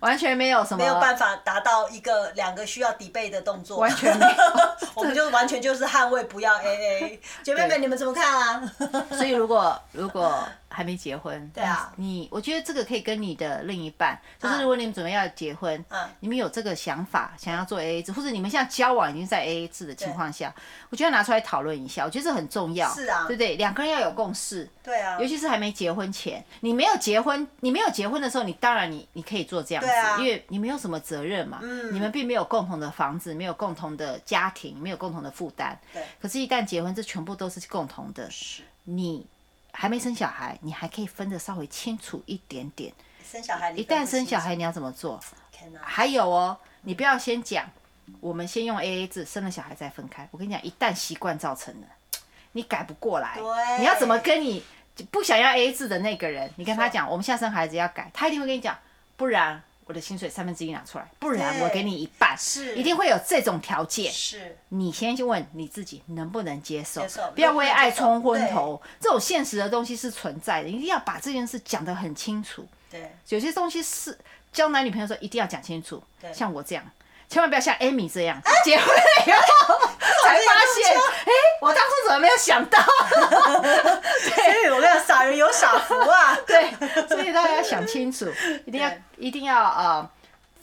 完全没有什么，没有办法达到一个两个需要抵背的动作，完 全没有。 我们就完全就是捍卫不要 AA。姐妹对们，你们怎么看 啊？所以如果如果还没结婚， 对啊你我觉得这个可以跟你的另一半，就是嗯如果你们准备要结婚，嗯你们有这个想法，想要做 AA 制，或者你们现在交往已经在 AA 制的情况下，我觉得拿出来讨论一下，我觉得这很重要，是啊对不对？两个人要有共识。对啊尤，其是还没结婚前，你没有结婚，你没有结婚的时候，你当然你你可以做这样子，对啊嗯因为你没有什么责任嘛，你们并没有共同的房子，没有共同的家庭，没有共同的负担。对可是，一旦结婚，这全部都是共同的。是你还没生小孩，你还可以分得稍微清楚一点点。生小孩，一旦生小孩，你要怎么做？天哪，还有哦，你不要先讲，我们先用 AA 制，生了小孩再分开。我跟你讲，一旦习惯造成了，你改不过来。对你要怎么跟你不想要 AA 制的那个人，你跟他讲，我们现在生孩子要改，他一定会跟你讲，不然我的薪水三分之一拿出来，不然对我给你一半，是一定会有这种条件。是你先去问你自己能不能接受，接受不要能不为能爱接受冲昏头。这种现实的东西是存在的，一定要把这件事讲得很清楚。对有些东西是交男女朋友的时候一定要讲清楚，对啊像我这样，千万不要像 Amy 这样，结婚了以后才发现，哎、我当初怎么没有想 到？。所以我跟你讲，傻人有傻福啊 对，所以大家要想清 楚，一定要对一定要呃，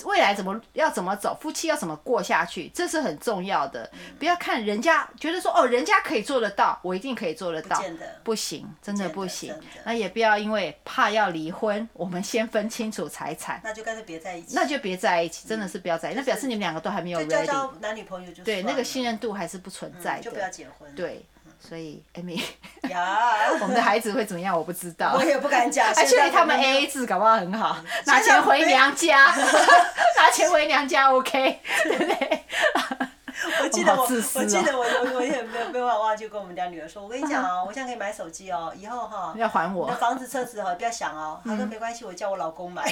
未来怎么要怎么走，夫妻要怎么过下去，这是很重要的。嗯不要看人家觉得说哦，人家可以做得到，我一定可以做得到不见得，不行，真的不见得不行真的。那也不要因为怕要离婚，我们先分清楚财产，那就干脆别在一起，那就别在一起，真的是不要在一起。那表示你们两个都还没有嗯就交 ready，交男女朋友就对，算了嗯那个信任度还是不存在就不要的。结婚。嗯对，所以 Amy，呀，我们的孩子会怎么样，我不知道。 我也不敢讲。而现且在哎他们我没有嗯 A A 制搞不好很好，拿现在钱我回没娘 家，拿钱回娘家 OK，对 不对？ 我记得好我，自私哦我记得我有我也没有没有办法就跟我们家女儿说，我跟你讲哦，我现在可以买手机哦，以后哈、嗯 要还你的我，嗯房子、车子哈，不要想哦。她说没关系，我叫我老公 买。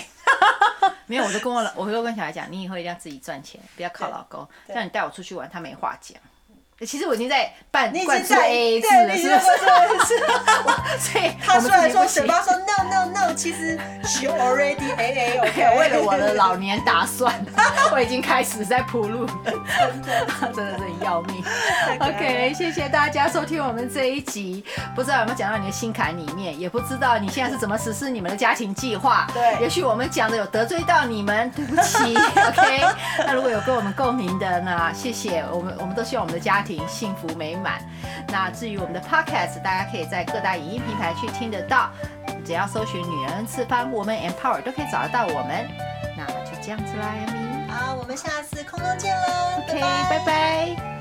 没有，我就跟我老，我就跟小孩讲，你以后一定要自己赚钱，不要靠老公，对让你带我出去玩，他没话讲。其实我已经在办你已灌经输在 A A 制了，对，你已是经不是？在做是。 所以她我们虽自然己不说嘴行。巴说 no no no，其实 she already a a OK， OK。为了我的 老年打算，我已经开始在铺路， 真的是很要命。可爱了 OK，谢谢大家收听我们这一集，不知道有没有讲到你的心坎里面，也不知道你现在是怎么实施你们的家庭计划。对也许我们讲的有得罪到你们，对不起。OK，那如果有跟我们共鸣的呢，谢谢我们，我们都希望我们的家庭幸福美满。那至于我们的 Podcast，大家可以在各大影音平台去听得到。只要搜寻“女人 N 次方”，我们 Empower 都可以找得到我们。那就这样子啦，Amy。好，我们下次空中见喽 OK，拜拜拜